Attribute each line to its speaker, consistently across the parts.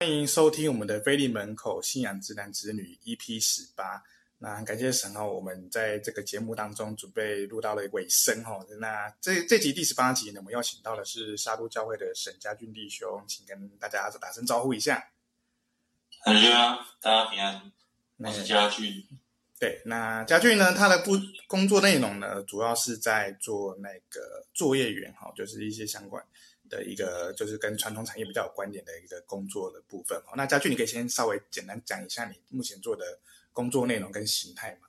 Speaker 1: 欢迎收听我们的《菲利门口信仰直男直女》EP 十八。那很感谢神哦，我们在这个节目当中准备录到了尾声哦。那这这集第十八集呢，我们邀请到的是沙都教会的沈家俊弟兄，请跟大家打声招呼一下。
Speaker 2: 大家大家平安，我是家具。
Speaker 1: 对，那家俊呢，他的不工作内容呢，主要是在做那个作业员哈、哦，就是一些相关的一个，就是跟传统产业比较有关联的一个工作的部分哦。那家俊，你可以先稍微简单讲一下你目前做的工作内容跟形态嘛？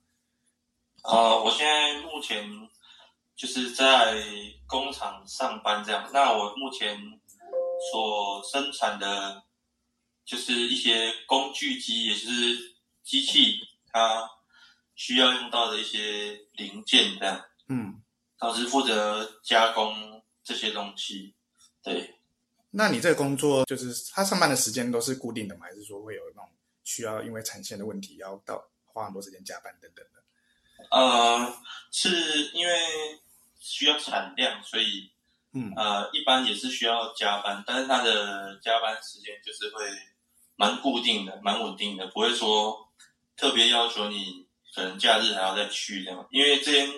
Speaker 2: 呃，我现在目前就是在工厂上班这样。那我目前所生产的就是一些工具机，也就是机器，它需要用到的一些零件这样。
Speaker 1: 嗯，
Speaker 2: 当时负责加工这些东西。对，
Speaker 1: 那你这个工作就是他上班的时间都是固定的吗？还是说会有那种需要因为产线的问题要到花很多时间加班等等的？
Speaker 2: 呃，是因为需要产量，所以
Speaker 1: 嗯，
Speaker 2: 呃，一般也是需要加班，但是它的加班时间就是会蛮固定的，蛮稳定的，不会说特别要求你可能假日还要再去这样，因为这间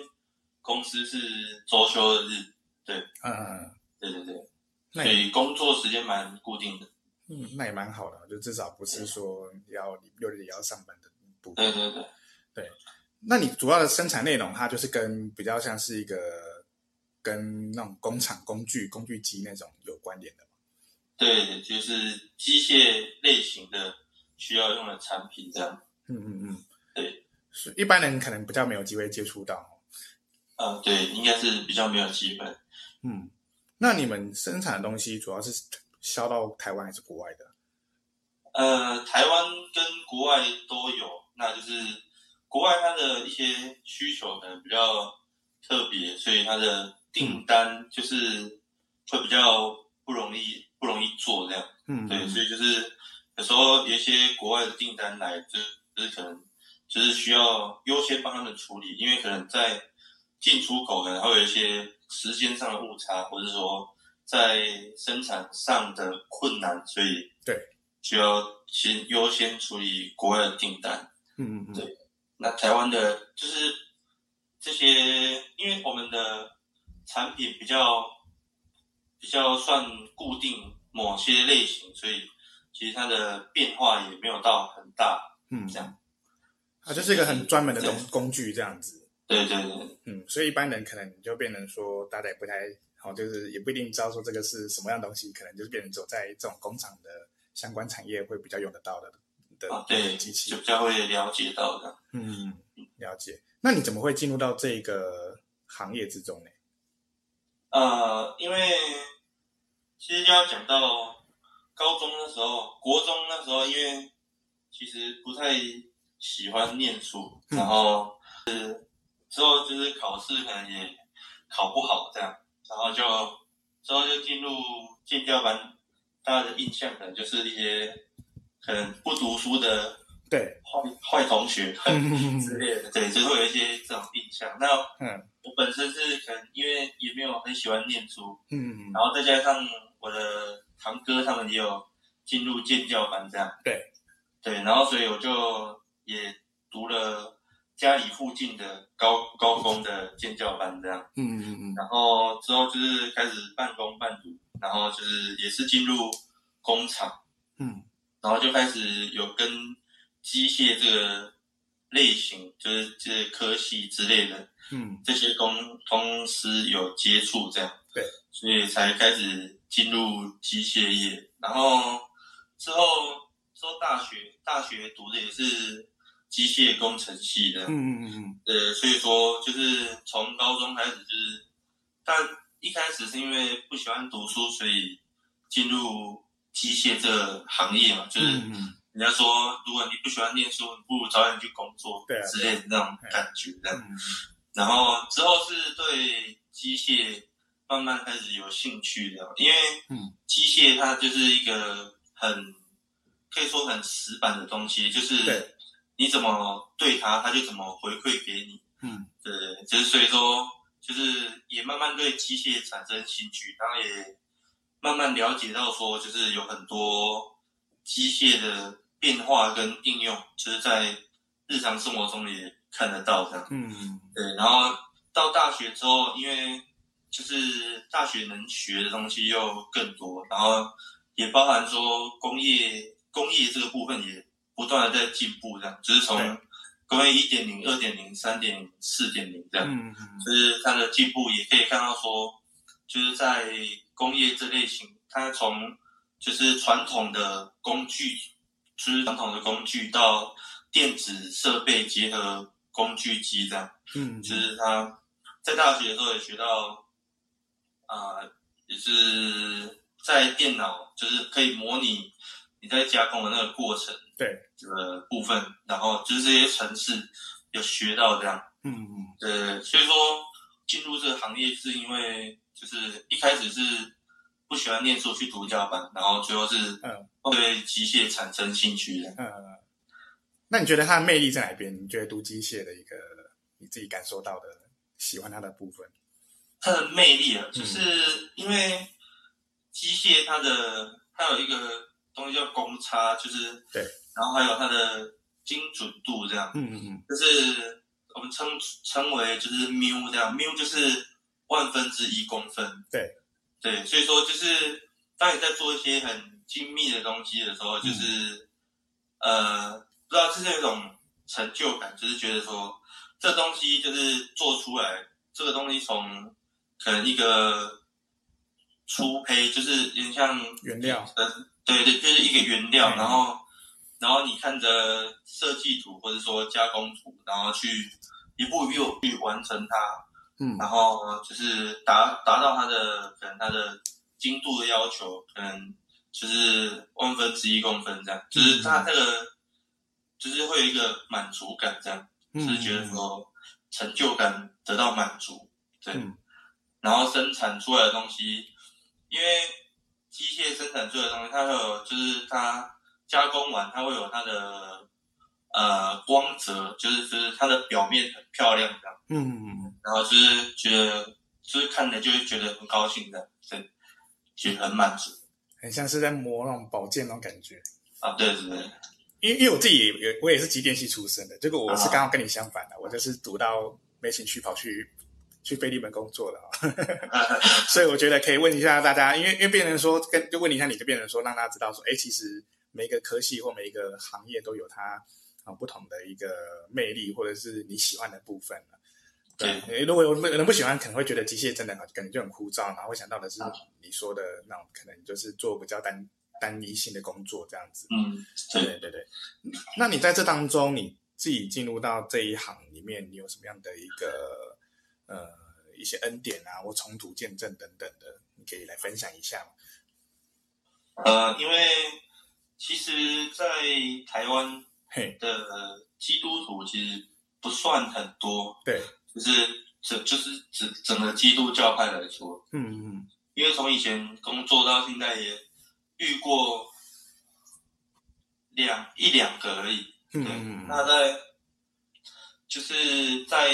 Speaker 2: 公司是周休二日，
Speaker 1: 嗯嗯，嗯
Speaker 2: 对对对，
Speaker 1: 那
Speaker 2: 所
Speaker 1: 也
Speaker 2: 以工作时间蛮固定的，
Speaker 1: 嗯，那也蛮好的，就至少不是说要你六日也要上班的部分。
Speaker 2: 对对对，
Speaker 1: 那你主要的生产内容，它就是跟比较像是一个跟那种工厂工具、工具机那种有关联的嘛。
Speaker 2: 对，就是机械类型的需要用的产品这样，
Speaker 1: 嗯嗯嗯，
Speaker 2: 对，
Speaker 1: 是一般人可能比较没有机会接触到哦。
Speaker 2: 呃，对，应该是比较没有基本。
Speaker 1: 嗯，那你们生产的东西主要是销到台湾还是国外的？
Speaker 2: 呃，台湾跟国外都有，那就是国外它的一些需求可能比较特别，所以它的订单就是会比较不容易不容易做这样。
Speaker 1: 嗯，
Speaker 2: 对，所以就是有时候有一些国外的订单来，就是就是可能就是需要优先帮他们处理，因为可能在进出口可能会有一些时间上的误差，或者说在生产上的困难，所以
Speaker 1: 对
Speaker 2: 需要先优先处理国外的订单。
Speaker 1: 嗯嗯嗯，
Speaker 2: 对那台湾的就是这些，因为我们的产品比较比较算固定某些类型，所以其实它的变化也没有到很大。
Speaker 1: 嗯，
Speaker 2: 这样，
Speaker 1: 啊，就是一个很专门的东
Speaker 2: 对
Speaker 1: 工具这样子。
Speaker 2: 对对对，
Speaker 1: 嗯，所以一般人可能就变成说，大家也不太好、就是也不一定知道说这个是什么样的东西，可能就是变成只有在这种工厂的相关产业会比较用得到的的
Speaker 2: 啊对，
Speaker 1: 机器
Speaker 2: 就。比较会了解到的。
Speaker 1: 嗯，了解。那你怎么会进入到这个行业之中呢？
Speaker 2: 呃，因为其实要讲到高中那时候，国中那时候，因为其实不太喜欢念书，
Speaker 1: 嗯
Speaker 2: 然后是之后就是考试可能也考不好这样，然后就之后就进入建教班，大家的印象可能就是一些可能不读书的
Speaker 1: 对，
Speaker 2: 坏坏同学，
Speaker 1: 嗯
Speaker 2: 之类的，对，就会有一些这种印象。那
Speaker 1: 嗯
Speaker 2: 我本身是可能因为也没有很喜欢念书，
Speaker 1: 嗯，
Speaker 2: 然后再加上我的堂哥他们也有进入建教班这样，
Speaker 1: 对
Speaker 2: 对，然后所以我就也读了家里附近的高高工的建教班这样，
Speaker 1: 嗯嗯嗯
Speaker 2: 然后之后就是开始半工半读，然后就是也是进入工厂。
Speaker 1: 嗯
Speaker 2: 然后就开始有跟机械这个类型，就是这些科系之类的
Speaker 1: 嗯
Speaker 2: 这些公公司有接触，这样
Speaker 1: 对，
Speaker 2: 所以才开始进入机械业。然后之后之后大学大学读的也是机械工程系的，
Speaker 1: 嗯嗯嗯
Speaker 2: 呃，所以说就是从高中开始就是，但一开始是因为不喜欢读书，所以进入机械这个行业嘛，就是。
Speaker 1: 嗯嗯，
Speaker 2: 人家说，如果你不喜欢念书，你不如早点去工作，
Speaker 1: 对啊
Speaker 2: 之类的那种感觉。这样，
Speaker 1: 嗯
Speaker 2: 然后之后是对机械慢慢开始有兴趣的，因为
Speaker 1: 嗯
Speaker 2: 机械它就是一个很可以说很死板的东西，就
Speaker 1: 对
Speaker 2: 是你怎么对它，它就怎么回馈给你。
Speaker 1: 嗯
Speaker 2: 对，就是所以说，就是也慢慢对机械产生兴趣，然后也慢慢了解到说，就是有很多机械的变化跟应用，就是在日常生活中也看得到的。
Speaker 1: 嗯
Speaker 2: 对，然后到大学之后，因为就是大学能学的东西又更多，然后也包含说工业工业这个部分也不断的在进步，这样就是从
Speaker 1: 对
Speaker 2: 工业一点零、二点零、三点零、四点零这样，
Speaker 1: 嗯
Speaker 2: 就是它的进步也可以看到说，就是在工业这类型，它从就是传统的工具，就是传统的工具到电子设备结合工具机这样。
Speaker 1: 嗯，
Speaker 2: 就是他在大学的时候也学到，啊、也是在电脑，就是可以模拟你在加工的那个过程，
Speaker 1: 对
Speaker 2: 的部分，然后就是这些程式有学到这样，
Speaker 1: 嗯嗯
Speaker 2: 对，所以说进入这个行业是因为就是一开始是不喜欢念书去读教班，然后最后是
Speaker 1: 嗯
Speaker 2: 对机械产生兴趣的。
Speaker 1: 呃，那你觉得它的魅力在哪边？你觉得读机械的一个你自己感受到的喜欢它的部分？
Speaker 2: 它的魅力啊，就是因为机械它的它有一个东西叫公差，就是
Speaker 1: 对，
Speaker 2: 然后还有它的精准度这样，
Speaker 1: 嗯嗯
Speaker 2: 就是我们称称为就是缪这样，缪就是万分之一公分，
Speaker 1: 对
Speaker 2: 对，所以说就是当你在做一些很精密的东西的时候，就是、呃，不知道就是有一种成就感，就是觉得说这东西就是做出来，这个东西从可能一个粗胚，就是有点像
Speaker 1: 原料
Speaker 2: 呃，对对，就是一个原料，
Speaker 1: 嗯
Speaker 2: 然后然后你看着设计图或者说加工图，然后去一步一步去完成它，
Speaker 1: 嗯
Speaker 2: 然后就是达达到它的可能它的精度的要求，可能就是万分之一公分这样，就是它那个就是会有一个满足感这样，就是觉
Speaker 1: 嗯
Speaker 2: 得说成就感得到满足，对
Speaker 1: 嗯，
Speaker 2: 然后生产出来的东西，因为机械生产出来的东西，它会有就是它加工完，它会有它的呃光泽，就是就是它的表面很漂亮这样。
Speaker 1: 嗯
Speaker 2: 然后就是觉得，就是看着就会觉得很高兴的，对，觉得很满足
Speaker 1: 很像是在磨那种宝剑那种感觉。
Speaker 2: 啊，对对对，
Speaker 1: 因为因为我自己也我也是机电系出身的，结果我是刚好跟你相反的，我就是读到没兴趣跑去去菲律宾工作了啊、所以我觉得可以问一下大家，因为因为变成说跟就问一下你，就变成说让大家知道说，哎，其实每个科系或每一个行业都有它啊不同的一个魅力，或者是你喜欢的部分了。
Speaker 2: 对
Speaker 1: 诶如果有人不喜欢，可能会觉得机械真的感觉就很枯燥，然后会想到的是你说的那种，可能就是做比较单单一性的工作这样子。
Speaker 2: 嗯，对，
Speaker 1: 对对对。那你在这当中，你自己进入到这一行里面，你有什么样的一个呃一些恩典啊，或冲突见证等等的，你可以来分享一下吗？
Speaker 2: 呃，因为其实，在台湾
Speaker 1: 嘿，
Speaker 2: 的呃基督徒其实不算很多，
Speaker 1: 对，
Speaker 2: 就是整就是整整个基督教派来说，
Speaker 1: 嗯嗯
Speaker 2: 因为从以前工作到现在也遇过两一两个而已，
Speaker 1: 嗯
Speaker 2: 对
Speaker 1: 嗯，
Speaker 2: 那在就是在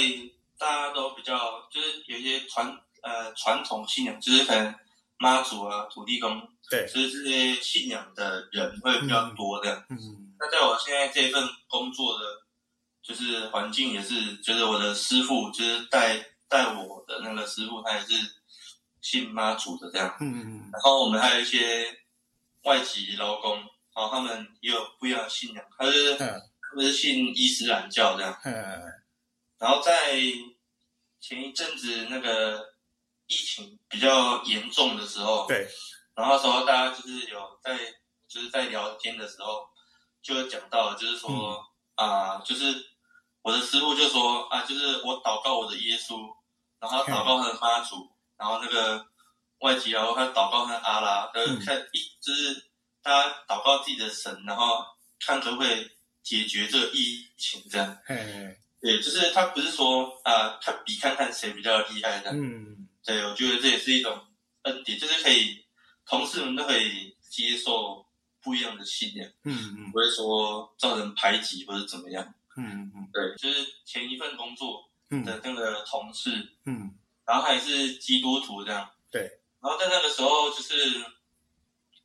Speaker 2: 大家都比较，就是有一些传呃传统信仰，就是可能妈祖啊、土地公，
Speaker 1: 对
Speaker 2: 就是这些信仰的人会比较多这样。
Speaker 1: 嗯
Speaker 2: 那在我现在这份工作的，就是环境也是，就是我的师傅，就是带带我的那个师傅，他也是信妈祖的这样。
Speaker 1: 嗯
Speaker 2: 然后我们还有一些外籍劳工，然后他们也有不一样的信仰，他是、
Speaker 1: 嗯
Speaker 2: 他们是信伊斯兰教这样。
Speaker 1: 嗯
Speaker 2: 然后在前一阵子那个疫情比较严重的时候，
Speaker 1: 对，
Speaker 2: 然后那时候大家就是有在就是在聊天的时候，就有讲到就是说啊、就是我的师傅就说啊，就是我祷告我的耶稣，然后他祷告他的妈祖，然后那个外籍然后他祷告他的阿拉，呃，
Speaker 1: 嗯
Speaker 2: 看一就是大家祷告自己的神，然后看可不可以解决这个疫情这样。
Speaker 1: 嘿，
Speaker 2: 对，就是他不是说啊，他比看看谁比较厉害的。
Speaker 1: 嗯
Speaker 2: 对，我觉得这也是一种恩典，就是可以同事们都可以接受不一样的信仰，
Speaker 1: 嗯嗯
Speaker 2: 不会说造成排挤或者怎么样。
Speaker 1: 嗯
Speaker 2: 对，就是前一份工作
Speaker 1: 嗯
Speaker 2: 的那个同事，
Speaker 1: 嗯
Speaker 2: 然后他也是基督徒这样。
Speaker 1: 对。
Speaker 2: 然后在那个时候，就是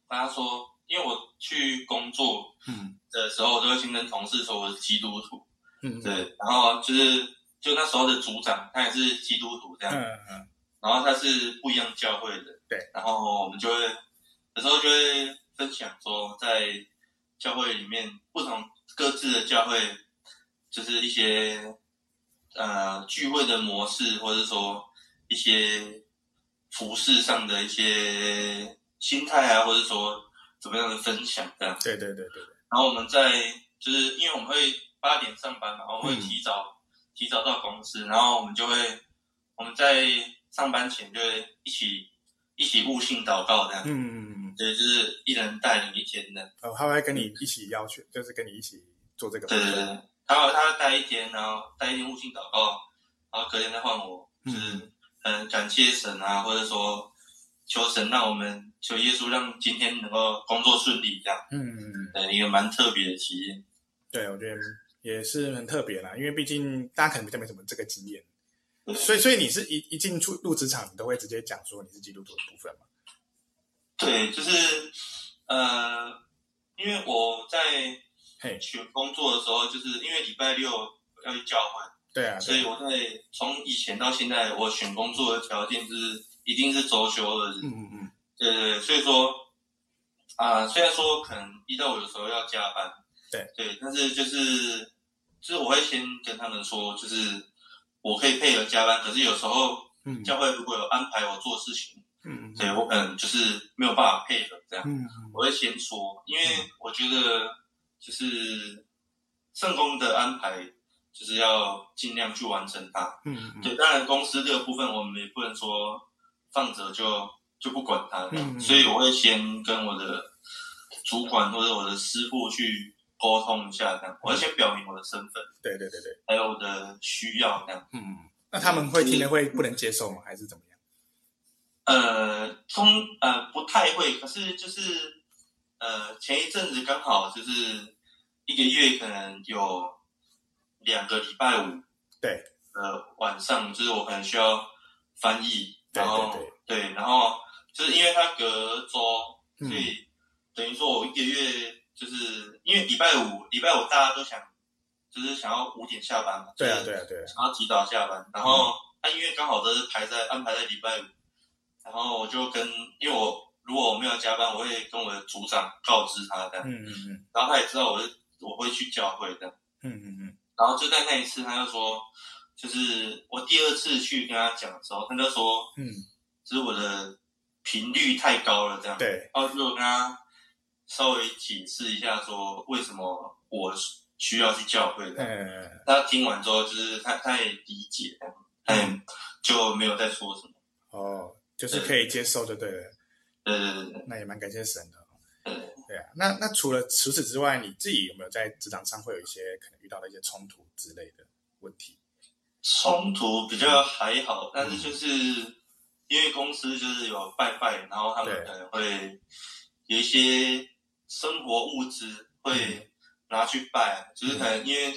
Speaker 2: 大家说因为我去工作
Speaker 1: 嗯
Speaker 2: 的时候，我都会先跟同事说我是基督徒，
Speaker 1: 嗯，
Speaker 2: 对，然后就是就那时候的组长他也是基督徒这样，
Speaker 1: 嗯嗯
Speaker 2: 然后他是不一样教会的，
Speaker 1: 对，
Speaker 2: 然后我们就会有时候就会分享说，在教会里面不同各自的教会，就是一些呃聚会的模式，或者说一些服饰上的一些心态啊，或者说怎么样的分享这样。
Speaker 1: 对对对对对，
Speaker 2: 然后我们在就是因为我们会八点上班嘛，我们会
Speaker 1: 嗯
Speaker 2: 提早、提早到公司，然后我们就会我们在上班前就会一起一起悟性祷告这样，
Speaker 1: 嗯，
Speaker 2: 对，就是一人带领一天的，
Speaker 1: 哦，他会跟你一起要求，就是跟你一起做这个，
Speaker 2: 对对对，
Speaker 1: 嗯
Speaker 2: 他他带一天，然后带一天悟性祷告，然后隔天再换我，就是嗯感谢神啊，或者说求神让我们求耶稣让今天能够工作顺利这样，
Speaker 1: 嗯，
Speaker 2: 对，一个蛮特别的体验。
Speaker 1: 对，我觉得也是很特别啦，因为毕竟大家可能比较没什么这个经验，
Speaker 2: 对
Speaker 1: 所以所以你是一一进出入职场，你都会直接讲说你是基督徒的部分嘛？
Speaker 2: 对，就是呃，因为我在
Speaker 1: 嘿，
Speaker 2: 选工作的时候，就是因为礼拜六要去教会，
Speaker 1: 对啊，
Speaker 2: 所
Speaker 1: 对，
Speaker 2: 以我在从以前到现在，我选工作的条件就是一定是周休二日。
Speaker 1: 嗯嗯嗯，
Speaker 2: 对对对，所以说啊、虽然说可能一到五有时候要加班，
Speaker 1: 对
Speaker 2: 对，但是就是就是我会先跟他们说，就是我可以配合加班，可是有时候
Speaker 1: 嗯
Speaker 2: 教会如果有安排我做事情，
Speaker 1: 嗯
Speaker 2: 对我可能就是没有办法配合这样。
Speaker 1: 嗯
Speaker 2: 我会先说，因为我觉得就是圣公的安排，就是要尽量去完成它。
Speaker 1: 嗯
Speaker 2: 对，当然公司这个部分我们也不能说放着就就不管它，
Speaker 1: 嗯
Speaker 2: 所以我会先跟我的主管或者我的师傅去沟通一下，这样，我要先表明我的身份，
Speaker 1: 对对对对，
Speaker 2: 还有我的需要，这样。
Speaker 1: 嗯，那他们会听了会不能接受吗？还是怎么样？
Speaker 2: 呃，中呃不太会，可是就是呃前一阵子刚好就是一个月可能有两个礼拜五，
Speaker 1: 对，
Speaker 2: 呃晚上就是我可能需要翻译，
Speaker 1: 对
Speaker 2: 然后
Speaker 1: 对
Speaker 2: 对然后就是因为它隔周，
Speaker 1: 嗯
Speaker 2: 所以等于说我一个月就是因为礼拜五礼拜五大家都想就是想要五点下班嘛，
Speaker 1: 对啊
Speaker 2: 就是
Speaker 1: 对啊对啊，
Speaker 2: 然后提早下班，
Speaker 1: 嗯
Speaker 2: 然后他因为刚好都是排在安排在礼拜五，然后我就跟因为我如果我没有加班，我会跟我的组长告知他的，
Speaker 1: 嗯嗯
Speaker 2: 然后他也知道我是我会去教会的，
Speaker 1: 嗯嗯嗯
Speaker 2: 然后就在那一次他就说，就是我第二次去跟他讲的时候，他就说，
Speaker 1: 嗯，
Speaker 2: 就是我的频率太高了这样，，
Speaker 1: 对，
Speaker 2: 然后就跟他稍微解释一下说为什么我需要去教会的，
Speaker 1: 呃，
Speaker 2: 他听完之后，就是他他也理解，他也就没有再说什么。
Speaker 1: 哦，就是可以接受就对了，
Speaker 2: 对对对对，
Speaker 1: 那也蛮感谢神的。
Speaker 2: 嗯
Speaker 1: 对啊，那那除了除此之外，你自己有没有在职场上会有一些可能遇到的一些冲突之类的问题？
Speaker 2: 冲突比较还好，但是就是因为公司就是有拜拜，然后他们
Speaker 1: 对
Speaker 2: 可能会有一些生活物资会拿去拜，就是可能因为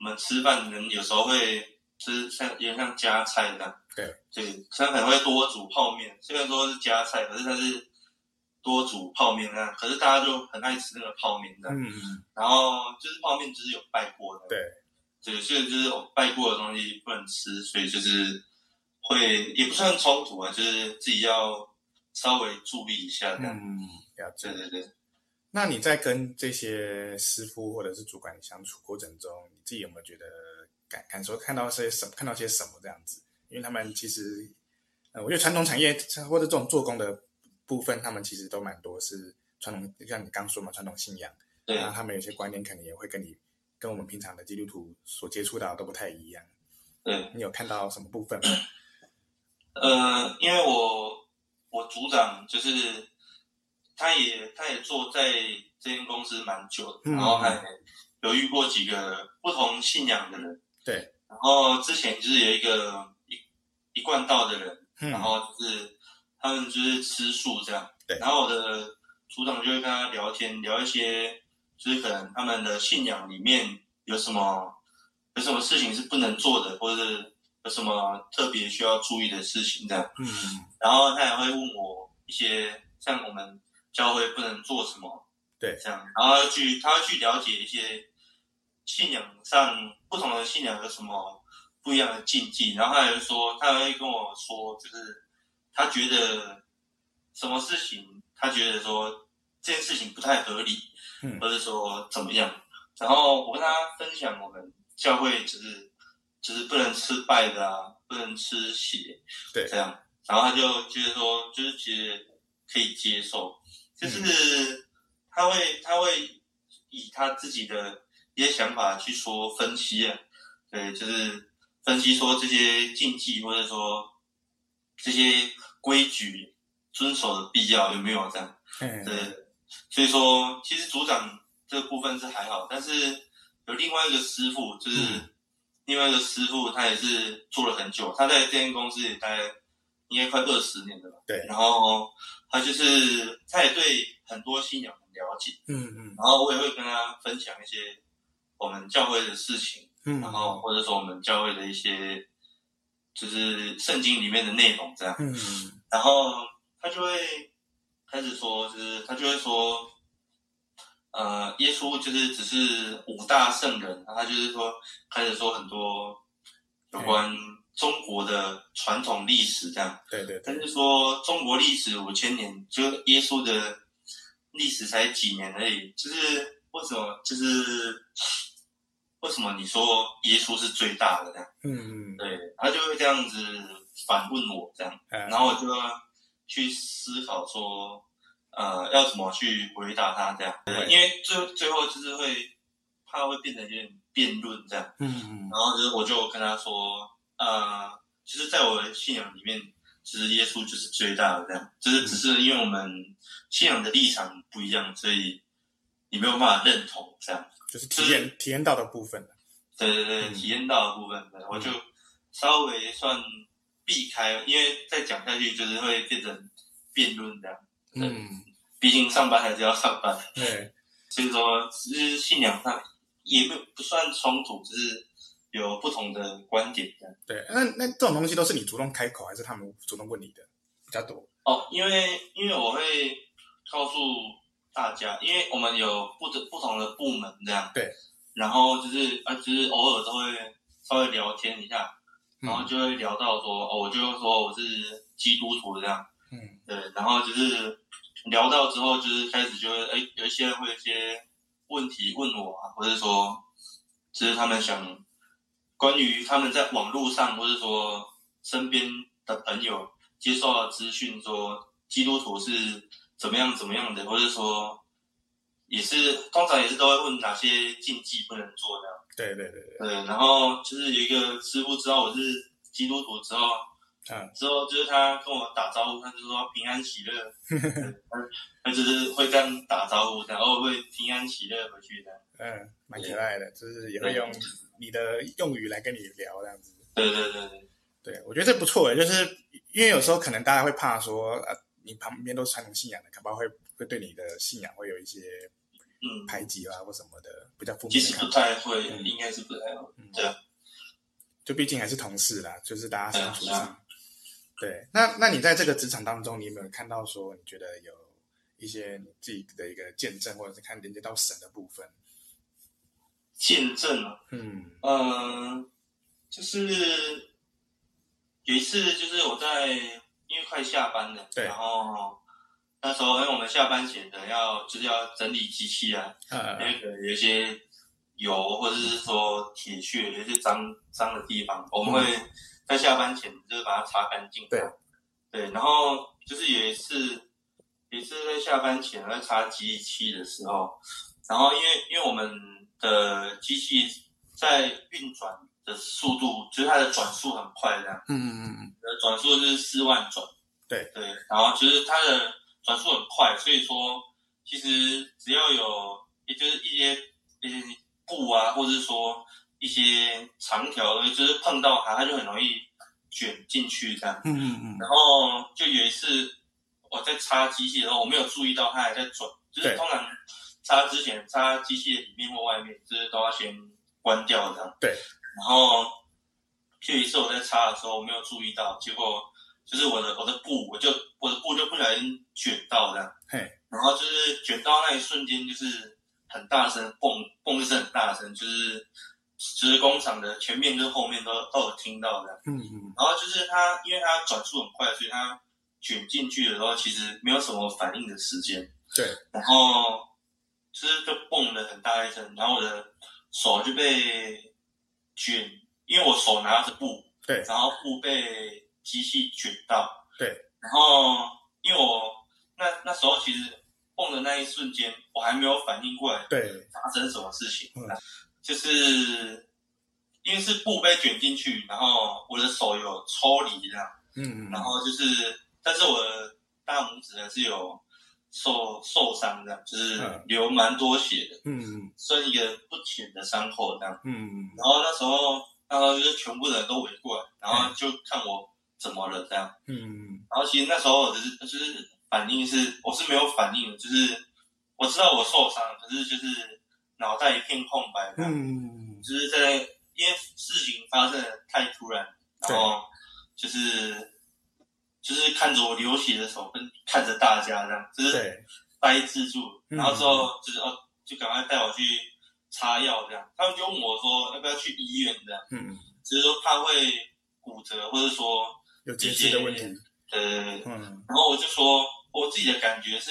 Speaker 2: 我们吃饭可能有时候会就是像有点像加菜这样。
Speaker 1: 对
Speaker 2: 对，他可能会多煮泡面，虽然说是加菜，可是它是多煮泡面那样，可是大家就很爱吃那个泡面这样。
Speaker 1: 嗯，
Speaker 2: 然后就是泡面，就是有拜过的，
Speaker 1: 对，
Speaker 2: 对，所以就是有拜过的东西不能吃，所以就是会也不算冲突啊，就是自己要稍微注意一下这样。
Speaker 1: 嗯，了解
Speaker 2: 对。对对，
Speaker 1: 那你在跟这些师傅或者是主管相处过程中，你自己有没有觉得感感受看到些什么，看到些什么这样子？因为他们其实，呃，我觉得传统产业或者这种做工的部分，他们其实都蛮多是传统，就像你刚说嘛，传统信仰，
Speaker 2: 对
Speaker 1: 然后他们有些观念可能也会跟你跟我们平常的基督徒所接触到的都不太一样。
Speaker 2: 对，
Speaker 1: 你有看到什么部分吗？
Speaker 2: 呃，因为我我组长就是他也他也做在这间公司蛮久的，
Speaker 1: 嗯
Speaker 2: 然后他也有遇过几个不同信仰的人，
Speaker 1: 对，
Speaker 2: 然后之前就是有一个一一贯道的人，
Speaker 1: 嗯
Speaker 2: 然后就是他们就是吃素这样。
Speaker 1: 对
Speaker 2: 然后我的组长就会跟他聊天，聊一些就是可能他们的信仰里面有什么有什么事情是不能做的，或者是有什么特别需要注意的事情这样。
Speaker 1: 嗯
Speaker 2: 然后他也会问我一些像我们教会不能做什么，
Speaker 1: 对
Speaker 2: 这样，然后去他会去了解一些信仰上不同的信仰有什么不一样的禁忌，然后还有说他会跟我说，就是他觉得什么事情，他觉得说这件事情不太合理，
Speaker 1: 嗯
Speaker 2: 或者说怎么样，然后我跟他分享我们教会就是就是不能吃败的啊，不能吃血，
Speaker 1: 对
Speaker 2: 这样，然后他就觉得说，就是其实可以接受，
Speaker 1: 嗯
Speaker 2: 就是他会他会以他自己的一些想法去说分析啊，对，就是分析说这些禁忌或者说这些规矩遵守的必要有没有这样。
Speaker 1: 嗯，
Speaker 2: 对，所以说其实组长这部分是还好，但是有另外一个师傅，就是
Speaker 1: 嗯
Speaker 2: 另外一个师傅，他也是做了很久，他在这间公司也待应该快二十年了吧。
Speaker 1: 对
Speaker 2: 然后他就是他也对很多信仰很了解，
Speaker 1: 嗯嗯
Speaker 2: 然后我也会跟他分享一些我们教会的事情，
Speaker 1: 嗯，
Speaker 2: 然后或者说我们教会的一些就是圣经里面的内容这样。
Speaker 1: 嗯
Speaker 2: 然后他就会开始说，就是他就会说，呃，耶稣就是只是五大圣人，然后他就是说开始说很多有关中国的传统历史这样，
Speaker 1: 对对
Speaker 2: 但
Speaker 1: 对，
Speaker 2: 是说中国历史五千年，就耶稣的历史才几年而已，就是为什么就是。为什么你说耶稣是最大的这样？
Speaker 1: 嗯嗯
Speaker 2: 对，他就会这样子反问我这样，
Speaker 1: 嗯，
Speaker 2: 然后我就要去思考说，呃，要怎么去回答他这样，
Speaker 1: 对
Speaker 2: 因为最最后就是会怕会变成有点辩论这样，
Speaker 1: 嗯
Speaker 2: 然后就是我就跟他说，呃，就是在我的信仰里面，其实耶稣就是最大的这样，就是只是因为我们信仰的立场不一样，所以你没有办法认同这样。
Speaker 1: 就是体验体验到的部分
Speaker 2: 对对对，
Speaker 1: 嗯
Speaker 2: 体验到的部分，对我就稍微算避开，因为再讲下去就是会变成辩论这样。
Speaker 1: 嗯，
Speaker 2: 毕竟上班还是要上班，
Speaker 1: 对，
Speaker 2: 所以说只是信仰上也不不算冲突，只是有不同的观点这样。
Speaker 1: 对，那那这种东西都是你主动开口，还是他们主动问你的比较多？
Speaker 2: 哦，因为因为我会告诉大家，因为我们有不同不同的部门这样，
Speaker 1: 对，
Speaker 2: 然后就是啊，就是偶尔都会稍微聊天一下，
Speaker 1: 嗯
Speaker 2: 然后就会聊到说，哦，我就会说我是基督徒这样，
Speaker 1: 嗯
Speaker 2: 对，然后就是聊到之后，就是开始就会，哎，有一些人会有一些问题问我啊，或者说，就是他们想关于他们在网络上，或者说身边的朋友接受到资讯说基督徒是怎么样怎么样的，或者说也是通常也是都会问哪些禁忌不能做的啊。
Speaker 1: 对对对对，
Speaker 2: 对，然后就是有一个师傅知道我是基督徒之后，
Speaker 1: 嗯
Speaker 2: 之后就是他跟我打招呼，他就说平安喜乐， 他他就是会这样打招呼，然后会平安喜乐回去这样。
Speaker 1: 嗯，蛮可爱的，就是也会用你的用语来跟你聊这样子。
Speaker 2: 对对对对，
Speaker 1: 对，我觉得这不错诶，欸就是因为有时候可能大家会怕说，呃，你旁边都是传统信仰的，恐怕会会对你的信仰会有一些
Speaker 2: 嗯，
Speaker 1: 排挤啦或什么的，比较负
Speaker 2: 其
Speaker 1: 面
Speaker 2: 实
Speaker 1: 的
Speaker 2: 不
Speaker 1: 看法。
Speaker 2: 太会，
Speaker 1: 嗯
Speaker 2: 应该是不太会。
Speaker 1: 嗯
Speaker 2: 对啊，
Speaker 1: 就毕竟还是同事啦，就是大家相处
Speaker 2: 对啊是
Speaker 1: 上。对，那那你在这个职场当中，你有没有看到说你觉得有一些你自己的一个见证，或者是看连接到神的部分？
Speaker 2: 见证啊，
Speaker 1: 嗯
Speaker 2: 嗯，就是有一次，就是我在因为快下班了，
Speaker 1: 对
Speaker 2: 然后那时候哎因为我们下班前的要就是要整理机器啊，因
Speaker 1: 呃
Speaker 2: 为可能有一些油或者是说铁屑，有一些脏脏的地方，我们会在下班前就是把它擦干净。
Speaker 1: 对
Speaker 2: 对，然后就是有一次，有一次在下班前在擦机器的时候，然后因为因为我们的机器在运转的速度，就是它的转速很快，这样。
Speaker 1: 嗯嗯嗯
Speaker 2: 呃，转速是四万转。
Speaker 1: 对
Speaker 2: 对，然后就是它的转速很快，所以说其实只要有，也就是一些嗯布啊，或者是说一些长条的，就是碰到它，它就很容易卷进去这样。
Speaker 1: 嗯嗯嗯
Speaker 2: 然后就有一次我在插机器的时候，我没有注意到它还在转，就是
Speaker 1: 对
Speaker 2: 通常插之前插机器里面或外面，就是都要先关掉这样。
Speaker 1: 对。
Speaker 2: 然后就有一次我在插的时候，我没有注意到，结果就是我的我的布，我就我的布就不小心卷到这样，
Speaker 1: 嘿，
Speaker 2: 然后就是卷到那一瞬间，就是很大声，嘣嘣就是很大声，就是就是工厂的前面跟后面都都有听到这样。
Speaker 1: 嗯嗯，
Speaker 2: 然后就是它，因为它转速很快，所以它卷进去的时候其实没有什么反应的时间。
Speaker 1: 对。
Speaker 2: 然后就是就蹦了很大一声，然后我的手就被卷，因为我手拿着布，
Speaker 1: 对
Speaker 2: 然后布被机器卷到，
Speaker 1: 对。
Speaker 2: 然后因为我那那时候其实蹦的那一瞬间，我还没有反应过来
Speaker 1: 对，
Speaker 2: 发生什么事情，
Speaker 1: 嗯
Speaker 2: 就是因为是布被卷进去，然后我的手有抽离这样，
Speaker 1: 嗯
Speaker 2: 然
Speaker 1: 嗯，
Speaker 2: 后就是，但是我的大拇指还是有受受伤的，就是
Speaker 1: 嗯
Speaker 2: 流蛮多血的，
Speaker 1: 嗯
Speaker 2: 算一个不浅的伤口这样。
Speaker 1: 嗯嗯
Speaker 2: 然后那时候，那时候就是全部人都围过来，然后就看我怎么了这样。
Speaker 1: 嗯
Speaker 2: 然后其实那时候我只是就是反应是，我是没有反应的，就是我知道我受伤了，可是就是脑袋一片空白这样。
Speaker 1: 嗯，
Speaker 2: 就是在因为事情发生的太突然，然后就是就是看着我流血的手跟看着大家这样，就是
Speaker 1: 对，
Speaker 2: 呆滞住，
Speaker 1: 嗯
Speaker 2: 然后之后就是哦，就赶快带我去擦药这样。他们就问我说要不要去医院这样，
Speaker 1: 嗯，
Speaker 2: 就是说怕会骨折或者说
Speaker 1: 有截肢的问题，
Speaker 2: 呃，
Speaker 1: 嗯
Speaker 2: 然后我就说我自己的感觉是，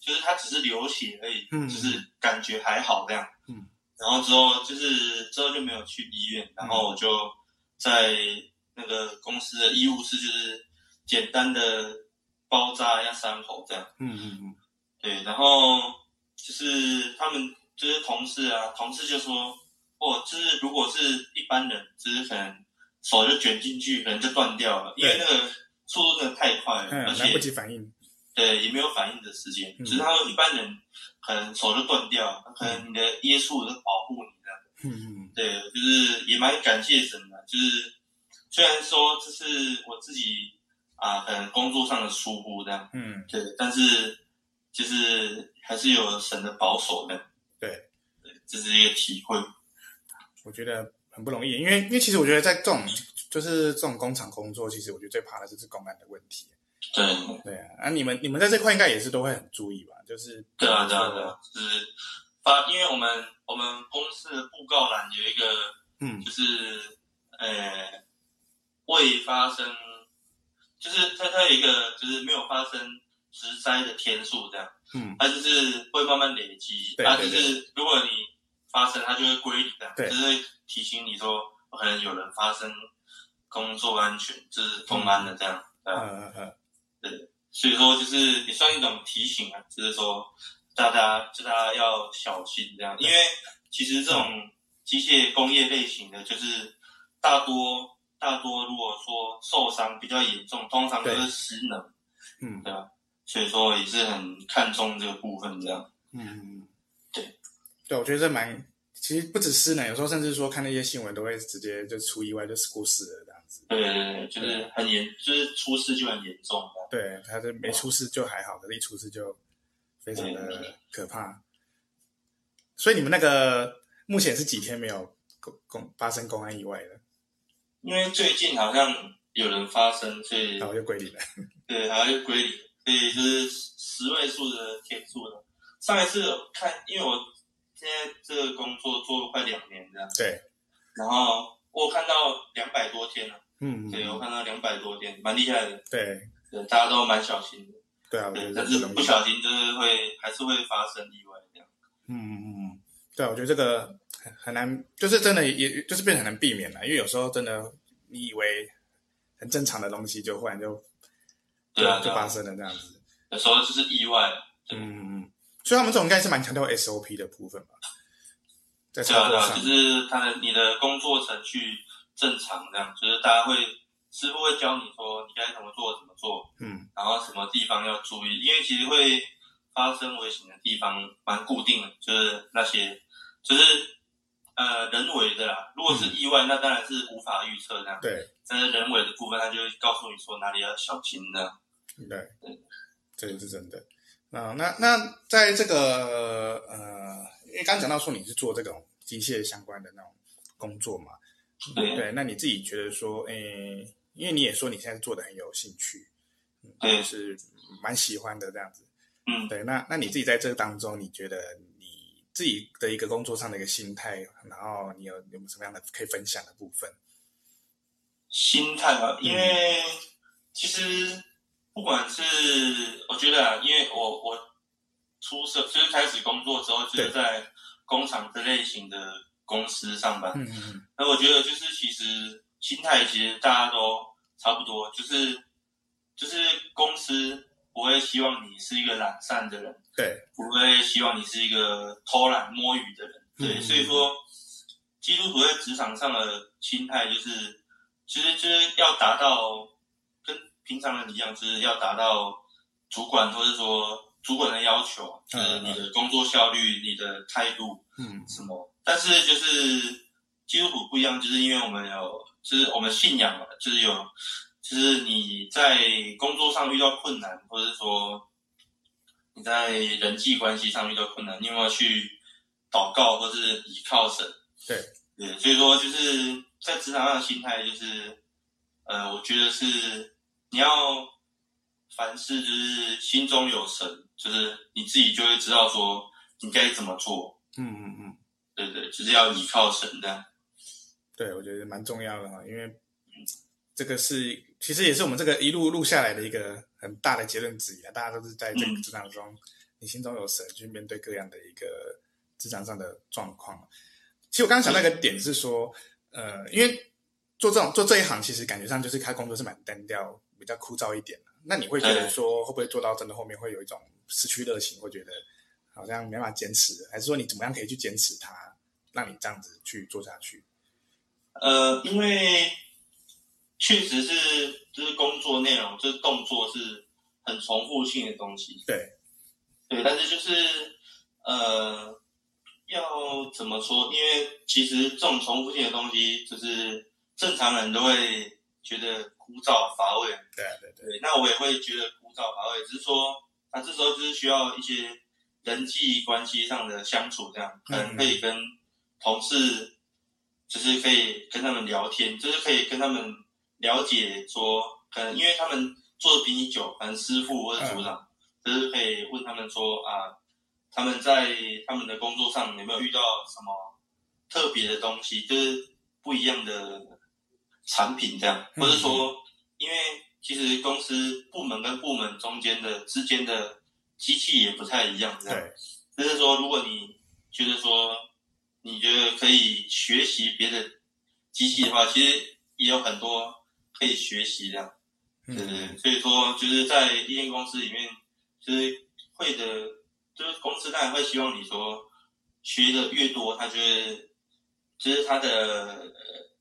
Speaker 2: 就是它只是流血而已，
Speaker 1: 嗯
Speaker 2: 就是感觉还好这样。
Speaker 1: 嗯，
Speaker 2: 然后之后就是之后就没有去医院，然后我就在那个公司的医务室，就是简单的包扎一下伤口这样。
Speaker 1: 嗯嗯
Speaker 2: 对，然后就是他们就是同事啊，同事就说，哦，就是如果是一般人，就是可能手就卷进去，可能就断掉了，因为
Speaker 1: 对
Speaker 2: 那个速度真的太快了，而
Speaker 1: 嗯，来不
Speaker 2: 且
Speaker 1: 及反应，
Speaker 2: 对也没有反应的时间，
Speaker 1: 嗯
Speaker 2: 就是他们一般人可能手就断掉，可能你的耶稣在保护你这样。
Speaker 1: 嗯
Speaker 2: 对，就是也蛮感谢神的，就是虽然说这是我自己啊、可能工作上的疏忽这样。
Speaker 1: 嗯，
Speaker 2: 对，但是就是还是有神的保守的。
Speaker 1: 对
Speaker 2: 对，这是一个体会。
Speaker 1: 我觉得很不容易，因为因为其实我觉得在这种就是这种工厂工作，其实我觉得最怕的就是公安的问题。
Speaker 2: 对，
Speaker 1: 对啊，啊你们你们在这块应该也是都会很注意吧？就是
Speaker 2: 对啊，对啊，对啊，就是发，因为我们我们公司的布告栏有一个，
Speaker 1: 嗯
Speaker 2: 就是呃，未发生，就是它它有一个就是没有发生植栽的天数这样，
Speaker 1: 嗯，
Speaker 2: 它就是会慢慢累积，
Speaker 1: 对
Speaker 2: 它就
Speaker 1: 对
Speaker 2: 是如果你发生，它就会归零的，
Speaker 1: 对
Speaker 2: 就是会提醒你说哦可能有人发生工作安全，就是公安的这样，对啊
Speaker 1: 呃呃
Speaker 2: 所以说就是也算一种提醒啊，就是说大家就大家要小心这样，因为其实这种机械工业类型的，就是大多大多如果说受伤比较严重，通常都是失能，
Speaker 1: 嗯
Speaker 2: 所以说也是很看重这个部分这样。
Speaker 1: 嗯，对，我觉得这蛮其实不只是呢，有时候甚至说看那些新闻都会直接就出意外就是过世了这样子。
Speaker 2: 对对对，就是很严，就是出事就很严重的。
Speaker 1: 对，他这没出事就还好，可是一出事就非常的可怕。所以你们那个目前是几天没有公公发生公安意外了，
Speaker 2: 因为最近好像有人发生，所以
Speaker 1: 然后就归零了。
Speaker 2: 对，还要归零，所以就是十位数的天数了。上一次有看，因为我现在这个工作做了快两年这样，
Speaker 1: 对，
Speaker 2: 然后我有看到两百多天了，
Speaker 1: 嗯，
Speaker 2: 对哦我看到两百多天，蛮厉害的，
Speaker 1: 对
Speaker 2: 对，大家都蛮小心的，
Speaker 1: 对啊，我觉
Speaker 2: 对，
Speaker 1: 得
Speaker 2: 但
Speaker 1: 这
Speaker 2: 是
Speaker 1: 容易
Speaker 2: 不小心就是会还是会发生意外这样。
Speaker 1: 嗯嗯嗯，对啊，我觉得这个很很难，就是真的也也就是变得很难避免了，因为有时候真的你以为很正常的东西，就忽然就就
Speaker 2: 对啊，
Speaker 1: 就
Speaker 2: 对
Speaker 1: 发
Speaker 2: 啊，
Speaker 1: 生了这样子。
Speaker 2: 有时候就是意外，对
Speaker 1: 嗯嗯嗯，所以他们这种应该是蛮强调 SOP 的部分吧，在
Speaker 2: 对
Speaker 1: 操
Speaker 2: 啊，对
Speaker 1: 作
Speaker 2: 啊，
Speaker 1: 上
Speaker 2: 就，是他的你的工作程序正常这样，就是大家会师傅会教你说你该怎么做怎么做，
Speaker 1: 嗯
Speaker 2: 然后什么地方要注意，因为其实会发生危险的地方蛮固定的，就是那些就是呃人为的啦。如果是意外，那当然是无法预测这样。
Speaker 1: 对。
Speaker 2: 但是人为的部分，他就会告诉你说哪里要小心这样。
Speaker 1: 对，这个是真的。那那那在这个呃，因为刚刚讲到说你是做这种机械相关的那种工作嘛，
Speaker 2: 对
Speaker 1: 对，那你自己觉得说，诶，因为你也说你现在做的很有兴趣，嗯
Speaker 2: 对
Speaker 1: 就是蛮喜欢的这样子。
Speaker 2: 嗯，
Speaker 1: 对，那那你自己在这当中，你觉得你自己的一个工作上的一个心态，然后你有有没有什么样的可以分享的部分？
Speaker 2: 心态啊，因为其实不管是我觉得啊，因为我我出社就是开始工作之后，就是
Speaker 1: 对
Speaker 2: 在工厂这类型的公司上班，
Speaker 1: 嗯嗯
Speaker 2: 那我觉得就是其实心态其实大家都差不多，就是就是公司不会希望你是一个懒散的人，
Speaker 1: 对，
Speaker 2: 不会希望你是一个偷懒摸鱼的人，对，
Speaker 1: 嗯
Speaker 2: 所以说基督徒在职场上的心态就是，其实就是要达到跟平常人一样，就是要达到主管或者说主管的要求，就
Speaker 1: 嗯
Speaker 2: 是你的工作效率、你的态度，
Speaker 1: 嗯
Speaker 2: 什么，但是就是基督徒不一样，就是因为我们有，就是我们信仰嘛，就是有，就是你在工作上遇到困难，或者说你在人际关系上遇到困难，你有没有去祷告或是倚靠神？
Speaker 1: 对
Speaker 2: 对，所以说就是在职场上的心态，就是呃，我觉得是你要凡事就是心中有神，就是你自己就会知道说你该怎么做。
Speaker 1: 嗯嗯嗯，
Speaker 2: 对对，就是要依靠神的。
Speaker 1: 对，我觉得蛮重要的哈，因为这个是其实也是我们这个一路录下来的一个很大的结论之一啊，大家都是在这个
Speaker 2: 嗯
Speaker 1: 职场中，你心中有神去面对各样的一个职场上的状况。其实我刚刚想到一个点是说，呃，因为做这种做这一行，其实感觉上就是他工作是蛮单调、比较枯燥一点的。那你会觉得
Speaker 2: 对
Speaker 1: 说，会不会做到真的后面会有一种失去热情，会觉得好像没办法坚持，还是说你怎么样可以去坚持它，让你这样子去做下去？
Speaker 2: 呃，因为确实是就是工作内容，就是动作是很重复性的东西。
Speaker 1: 对
Speaker 2: 对，但是就是呃，要怎么说？因为其实这种重复性的东西，就是正常人都会觉得枯燥乏味。
Speaker 1: 对啊对对。
Speaker 2: 对，那我也会觉得枯燥乏味，只是说，那、这时候就是需要一些人际关系上的相处，这样可能可以跟同事，就是可以跟他们聊天，就是可以跟他们了解说，可能因为他们做的比你久，可能师傅或者组长，就是可以问他们说啊，他们在他们的工作上有没有遇到什么特别的东西，就是不一样的产品这样，
Speaker 1: 嗯
Speaker 2: 或者说，因为其实公司部门跟部门中间的之间的机器也不太一样这样，
Speaker 1: 对，
Speaker 2: 就是说，如果你觉得说你觉得可以学习别的机器的话，其实也有很多可以学习的。对对
Speaker 1: 嗯，
Speaker 2: 对，所以说就是在一间公司里面，就是会的，就是公司当然会希望你说学的越多，他就会，就是他的，呃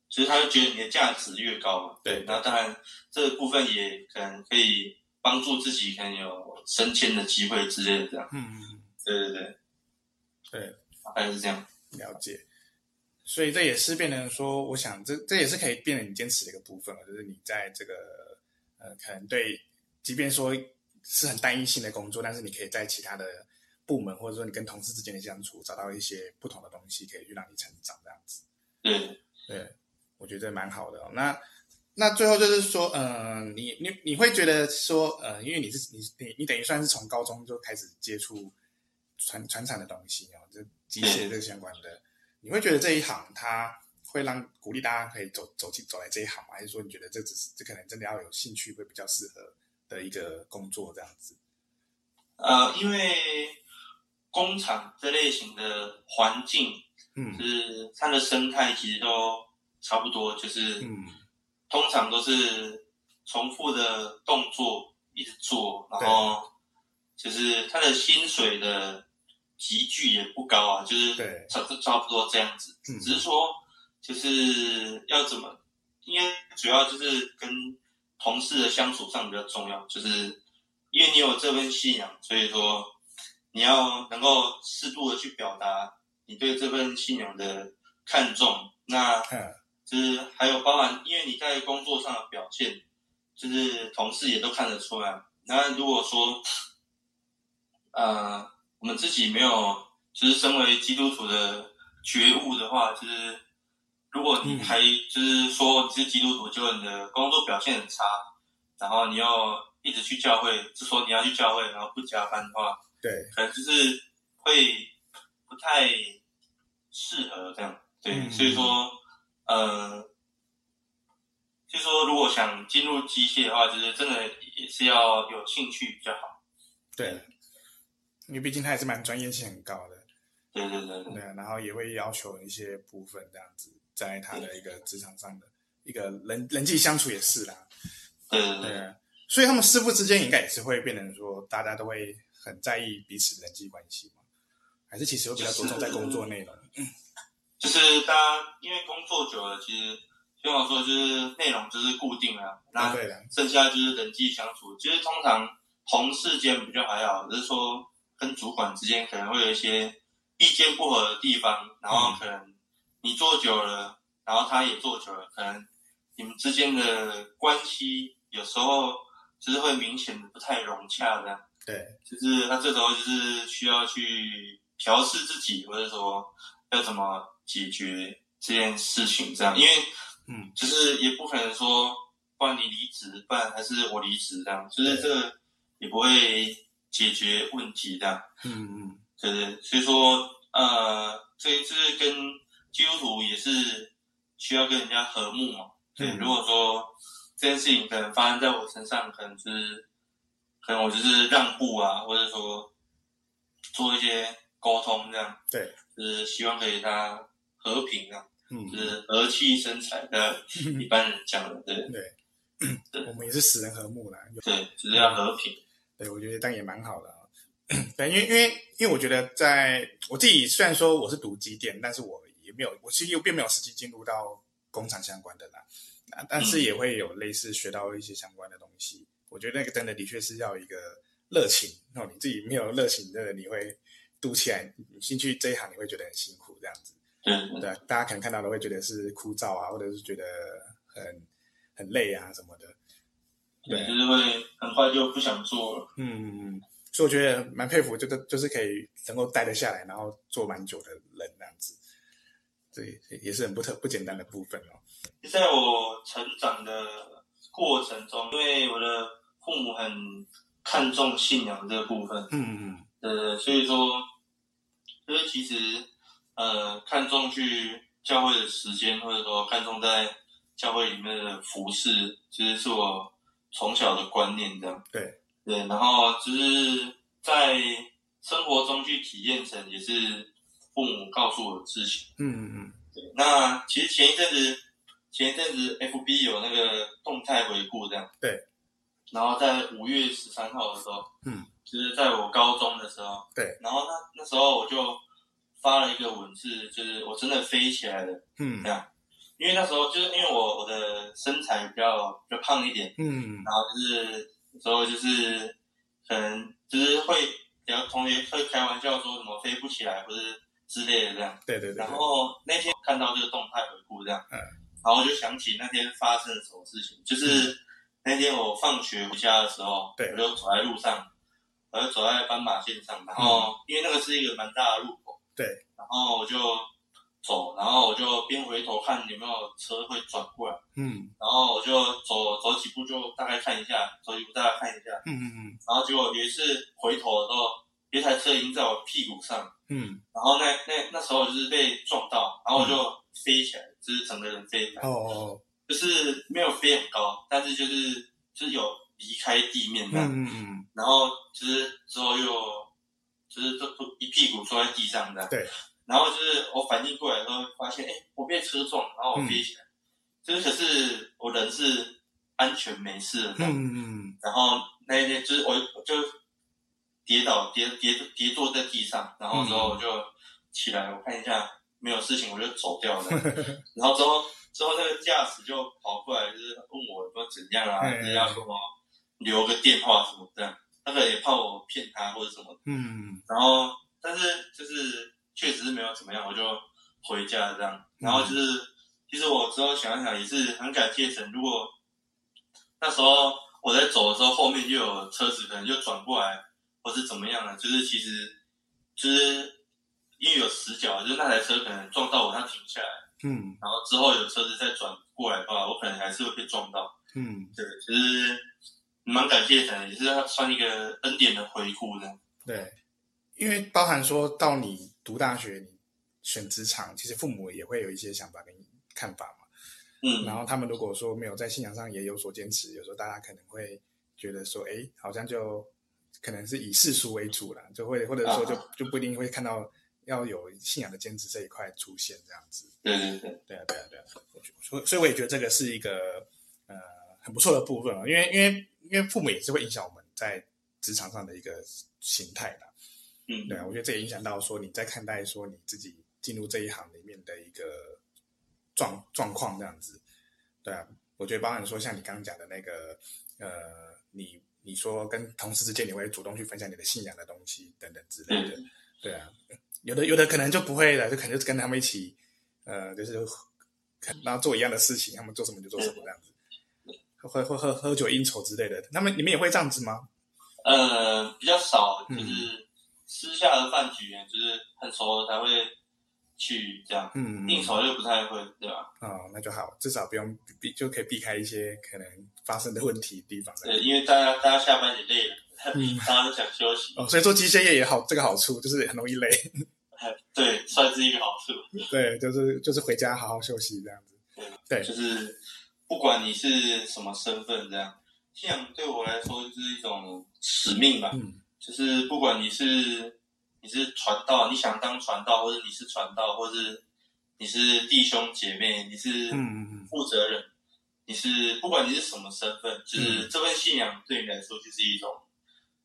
Speaker 2: 就是他会觉得你的价值越高嘛。
Speaker 1: 对
Speaker 2: 那当然这个部分也可能可以帮助自己，可能有升迁的机会之类的这样。
Speaker 1: 嗯，嗯
Speaker 2: 对对对，
Speaker 1: 对，
Speaker 2: 大概是这样。
Speaker 1: 嗯了解。所以这也是变成说，我想这这也是可以变成你坚持的一个部分了，就是你在这个呃，可能对，即便说是很单一性的工作，但是你可以在其他的部门或者说你跟同事之间的相处，找到一些不同的东西，可以去让你成长这样子。
Speaker 2: 对，
Speaker 1: 对，我觉得蛮好的、哦。那那最后就是说，嗯、你你你会觉得说，呃，因为你是你你你等于算是从高中就开始接触传传产的东西哦，这机械这个相关的，你会觉得这一行它会让鼓励大家可以走走进走来这一行吗？还是说你觉得这只是这可能真的要有兴趣会比较适合的一个工作这样子？
Speaker 2: 呃，因为工厂这类型的环境。
Speaker 1: 嗯
Speaker 2: 就是它的生态其实都差不多，就是
Speaker 1: 嗯，
Speaker 2: 通常都是重复的动作一直做，然后就是它的薪水的集聚也不高啊，就是
Speaker 1: 对
Speaker 2: 差不差不多这样子，
Speaker 1: 嗯
Speaker 2: 只是说就是要怎么，因为主要就是跟同事的相处上比较重要，就是因为你有这份信仰，所以说你要能够适度的去表达你对这份信仰的看重。那
Speaker 1: 嗯
Speaker 2: 就是还有包含，因为你在工作上的表现，就是同事也都看得出来。那如果说，呃，我们自己没有，就是身为基督徒的觉悟的话，就是如果你还就是说你是基督徒，结果你的工作表现很差，然后你又一直去教会，就说你要去教会，然后不加班的话，
Speaker 1: 对，
Speaker 2: 可能就是会不太适合这样。对，
Speaker 1: 嗯
Speaker 2: 所以说，呃，就说如果想进入机械的话，就是真的也是要有兴趣比较好。
Speaker 1: 对，因为毕竟它还是蛮专业性很高的，
Speaker 2: 对对对对
Speaker 1: 对啊，然后也会要求一些部分这样子，在他的一个职场上的一个人人际相处也是啦，
Speaker 2: 对对
Speaker 1: 对
Speaker 2: 对
Speaker 1: 啊，所以他们师傅之间应该也是会变成说，大家都会很在意彼此人际关系嘛，还是其实会比较着重在工作内容，
Speaker 2: 就是大家因为工作久了，其实就像我说，就是内容就是固定啊，那
Speaker 1: 啊对的，
Speaker 2: 剩下就是人际相处，就是通常同事间比较还好，只是说跟主管之间可能会有一些意见不合的地方，然后可能你做久了，然后他也做久了，可能你们之间的关系有时候就是会明显的不太融洽的，
Speaker 1: 对。
Speaker 2: 就是他这时候就是需要去调试自己，或者说要怎么解决这件事情，这样，因为
Speaker 1: 嗯，
Speaker 2: 就是也不可能说，不然你离职，不然还是我离职这样，就是这个也不会解决问题这样，
Speaker 1: 嗯嗯，
Speaker 2: 对不对？所以说，呃，这这是跟基督徒也是需要跟人家和睦嘛。对，
Speaker 1: 嗯
Speaker 2: 如果说这件事情可能发生在我身上，可能就是可能我就是让步啊，或者说做一些沟通这样，
Speaker 1: 对，
Speaker 2: 就是希望可以让他和平啊。
Speaker 1: 嗯
Speaker 2: 就，是和气生财的，一般人讲的，对
Speaker 1: 我们也是使人和睦啦。有
Speaker 2: 对，就是要和平。
Speaker 1: 对，我觉得这样也蛮好的、啊。 对，因为因为因为我觉得在我自己虽然说我是读机电，但是我也没有，我其实又并没有实际进入到工厂相关的啦，啊，但是也会有类似学到一些相关的东西。我觉得那个真的的确是要有一个热情，哦，你自己没有热情，真的你会读起来，你进去这一行你会觉得很辛苦这样子。
Speaker 2: 对，
Speaker 1: 对，啊大家可能看到的会觉得是枯燥啊，或者是觉得很很累啊什么的。对
Speaker 2: 对，就是会很快就不想做了。
Speaker 1: 嗯，所以我觉得蛮佩服，就是就是可以能够待得下来，然后做蛮久的人那样子。对，也是很不特不简单的部分哦。
Speaker 2: 在我成长的过程中，因为我的父母很看重信仰这个部分，
Speaker 1: 嗯嗯
Speaker 2: 呃，所以说，就是其实，呃，看重去教会的时间，或者说看重在教会里面的服饰，其实是我从小的观念这样。
Speaker 1: 对
Speaker 2: 对，然后就是在生活中去体验成，也是父母告诉我的事情。
Speaker 1: 嗯嗯
Speaker 2: 那其实前一阵子，前一阵子 FB 有那个动态回顾这样。
Speaker 1: 对。
Speaker 2: 然后在五月十三号的时候，
Speaker 1: 嗯，
Speaker 2: 就是在我高中的时候，
Speaker 1: 对。
Speaker 2: 然后那那时候我就发了一个文字，就是我真的飞起来了，
Speaker 1: 嗯
Speaker 2: 这样。因为那时候就是因为我我的身材比较比较胖一点，
Speaker 1: 嗯
Speaker 2: 然后就是有时候就是可能就是会，然后同学会开玩笑说什么飞不起来或者之类的这样。
Speaker 1: 对对对
Speaker 2: 然，后那天看到这个动态回顾这样，
Speaker 1: 嗯
Speaker 2: 然后我就想起那天发生了什么事情，就是那天我放学回家的时候，
Speaker 1: 对
Speaker 2: 我就走在路上，我就走在斑马线上，然后、因为那个是一个蛮大的路口，
Speaker 1: 嗯对，
Speaker 2: 然后我就走，然后我就边回头看有没有车会转过来，
Speaker 1: 嗯
Speaker 2: 然后我就走走几步就大概看一下，走几步大概看一下，
Speaker 1: 嗯嗯
Speaker 2: 然后结果有一次回头的时候，有一台车已经在我屁股上。
Speaker 1: 嗯，
Speaker 2: 然后那那那时候就是被撞到，然后我就飞起来，就是整个人飞起来，
Speaker 1: 哦，
Speaker 2: 就是没有飞很高，但是就是就是有离开地面这样，
Speaker 1: 嗯嗯嗯，
Speaker 2: 然后就是之后又就是都都一屁股坐在地上这样，
Speaker 1: 对，
Speaker 2: 然后就是我反应过来的时候发现，哎，我被车撞，然后我
Speaker 1: 嗯
Speaker 2: 飞起来，就是可是我人是安全没事的这样，
Speaker 1: 嗯嗯
Speaker 2: 然后那一天就是我我就跌倒跌跌跌坐在地上，然后之后我就起来，我看一下没有事情，我就走掉了。然后之后之后那个驾驶就跑过来，就是问我说怎样啊，
Speaker 1: 哎
Speaker 2: 就是要什么留个电话什么的，那个也怕我骗他或者什么。
Speaker 1: 嗯
Speaker 2: 然后但是就是确实是没有怎么样，我就回家这样。然后就是其实我之后想一想也是很感谢神，如果那时候我在走的时候，后面就有车子可能就转过来，或是怎么样了，就是其实就是因为有死角，就是那台车可能撞到我，它停下来，
Speaker 1: 嗯
Speaker 2: 然后之后有车子再转过来的话，我可能还是会被撞到。
Speaker 1: 嗯，
Speaker 2: 对，其实蛮感谢神，也是算一个恩典的回顾的。
Speaker 1: 对，因为包含说到你读大学，你选职场，其实父母也会有一些想法跟看法嘛。
Speaker 2: 嗯，
Speaker 1: 然后他们如果说没有在信仰上也有所坚持，有时候大家可能会觉得说，哎，好像就可能是以世俗为主啦，就会或者说就就不一定会看到要有信仰的坚持这一块出现这样子。
Speaker 2: 对对对，
Speaker 1: 对啊，对啊，对啊，我觉所以所以我也觉得这个是一个呃很不错的部分啊，因为因为因为父母也是会影响我们在职场上的一个形态的。
Speaker 2: 嗯，
Speaker 1: 对啊，我觉得这也影响到说你在看待说你自己进入这一行里面的一个状状况这样子。对啊，我觉得包含说像你刚刚讲的那个，呃，你你说跟同事之间你会主动去分享你的信仰的东西等等之类的。对啊，有的有的可能就不会了，就可能就是跟他们一起，呃，就是然后做一样的事情，他们做什么就做什么这样子。会会喝喝酒应酬之类的，他们你们也会这样子吗？
Speaker 2: 呃，比较少，
Speaker 1: 嗯
Speaker 2: 就是私下的饭局，就是很熟才会去这样，
Speaker 1: 嗯，嗯嗯
Speaker 2: 应酬就不太会，对吧？
Speaker 1: 哦，那就好，至少不用避，就可以避开一些可能发生的问题地方。
Speaker 2: 对，呃因为大家大家下班也累了，
Speaker 1: 嗯
Speaker 2: 大家都想休息，
Speaker 1: 哦，所以做机械业也好，这个好处就是很容易累，
Speaker 2: 对，算是一个好处。
Speaker 1: 对，就是就是回家好好休息这样子。对
Speaker 2: 就是不管你是什么身份，这样信仰对我来说就是一种使命吧。
Speaker 1: 嗯
Speaker 2: 就是不管你是你是传道，你想当传道，或者你是传道，或是你是弟兄姐妹，你是
Speaker 1: 嗯嗯
Speaker 2: 负责人，你是不管你是什么身份，就是这份信仰对你来说就是一种，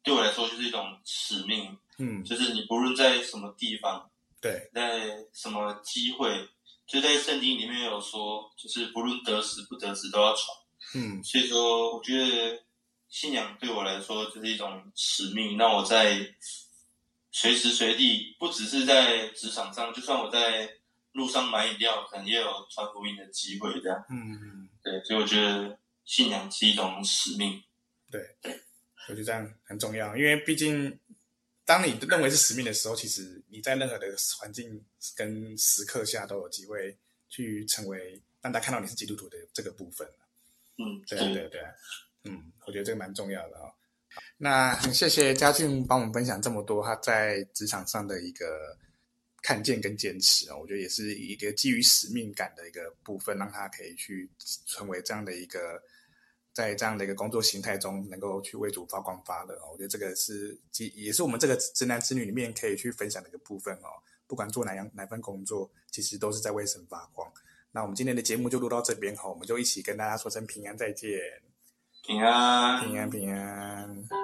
Speaker 2: 对我来说就是一种使命，
Speaker 1: 嗯，嗯
Speaker 2: 就是你不论在什么地方，
Speaker 1: 对，
Speaker 2: 在什么机会，就在圣经里面有说，就是不论得死不得死都要传。
Speaker 1: 嗯
Speaker 2: 所以说，我觉得信仰对我来说就是一种使命，让我在随时随地，不只是在职场上，就算我在路上买饮料，可能也有传福音的机会。这样，
Speaker 1: 嗯嗯，
Speaker 2: 对，所以我觉得信仰是一种使命。
Speaker 1: 我觉得这样很重要，因为毕竟当你认为是使命的时候，其实你在任何的环境跟时刻下都有机会去成为让大家看到你是基督徒的这个部分。
Speaker 2: 嗯，
Speaker 1: 对啊对啊对啊，嗯，我觉得这个蛮重要的哦。那很谢谢嘉俊帮我们分享这么多他在职场上的一个看见跟坚持哦，我觉得也是一个基于使命感的一个部分，让他可以去成为这样的一个在这样的一个工作形态中能够去为主发光发热哦。我觉得这个是也也是我们这个直男直女里面可以去分享的一个部分哦。不管做哪样哪份工作，其实都是在为神发光。那我们今天的节目就录到这边哈，我们就一起跟大家说声平安再见，
Speaker 2: 平安。
Speaker 1: 平安平安。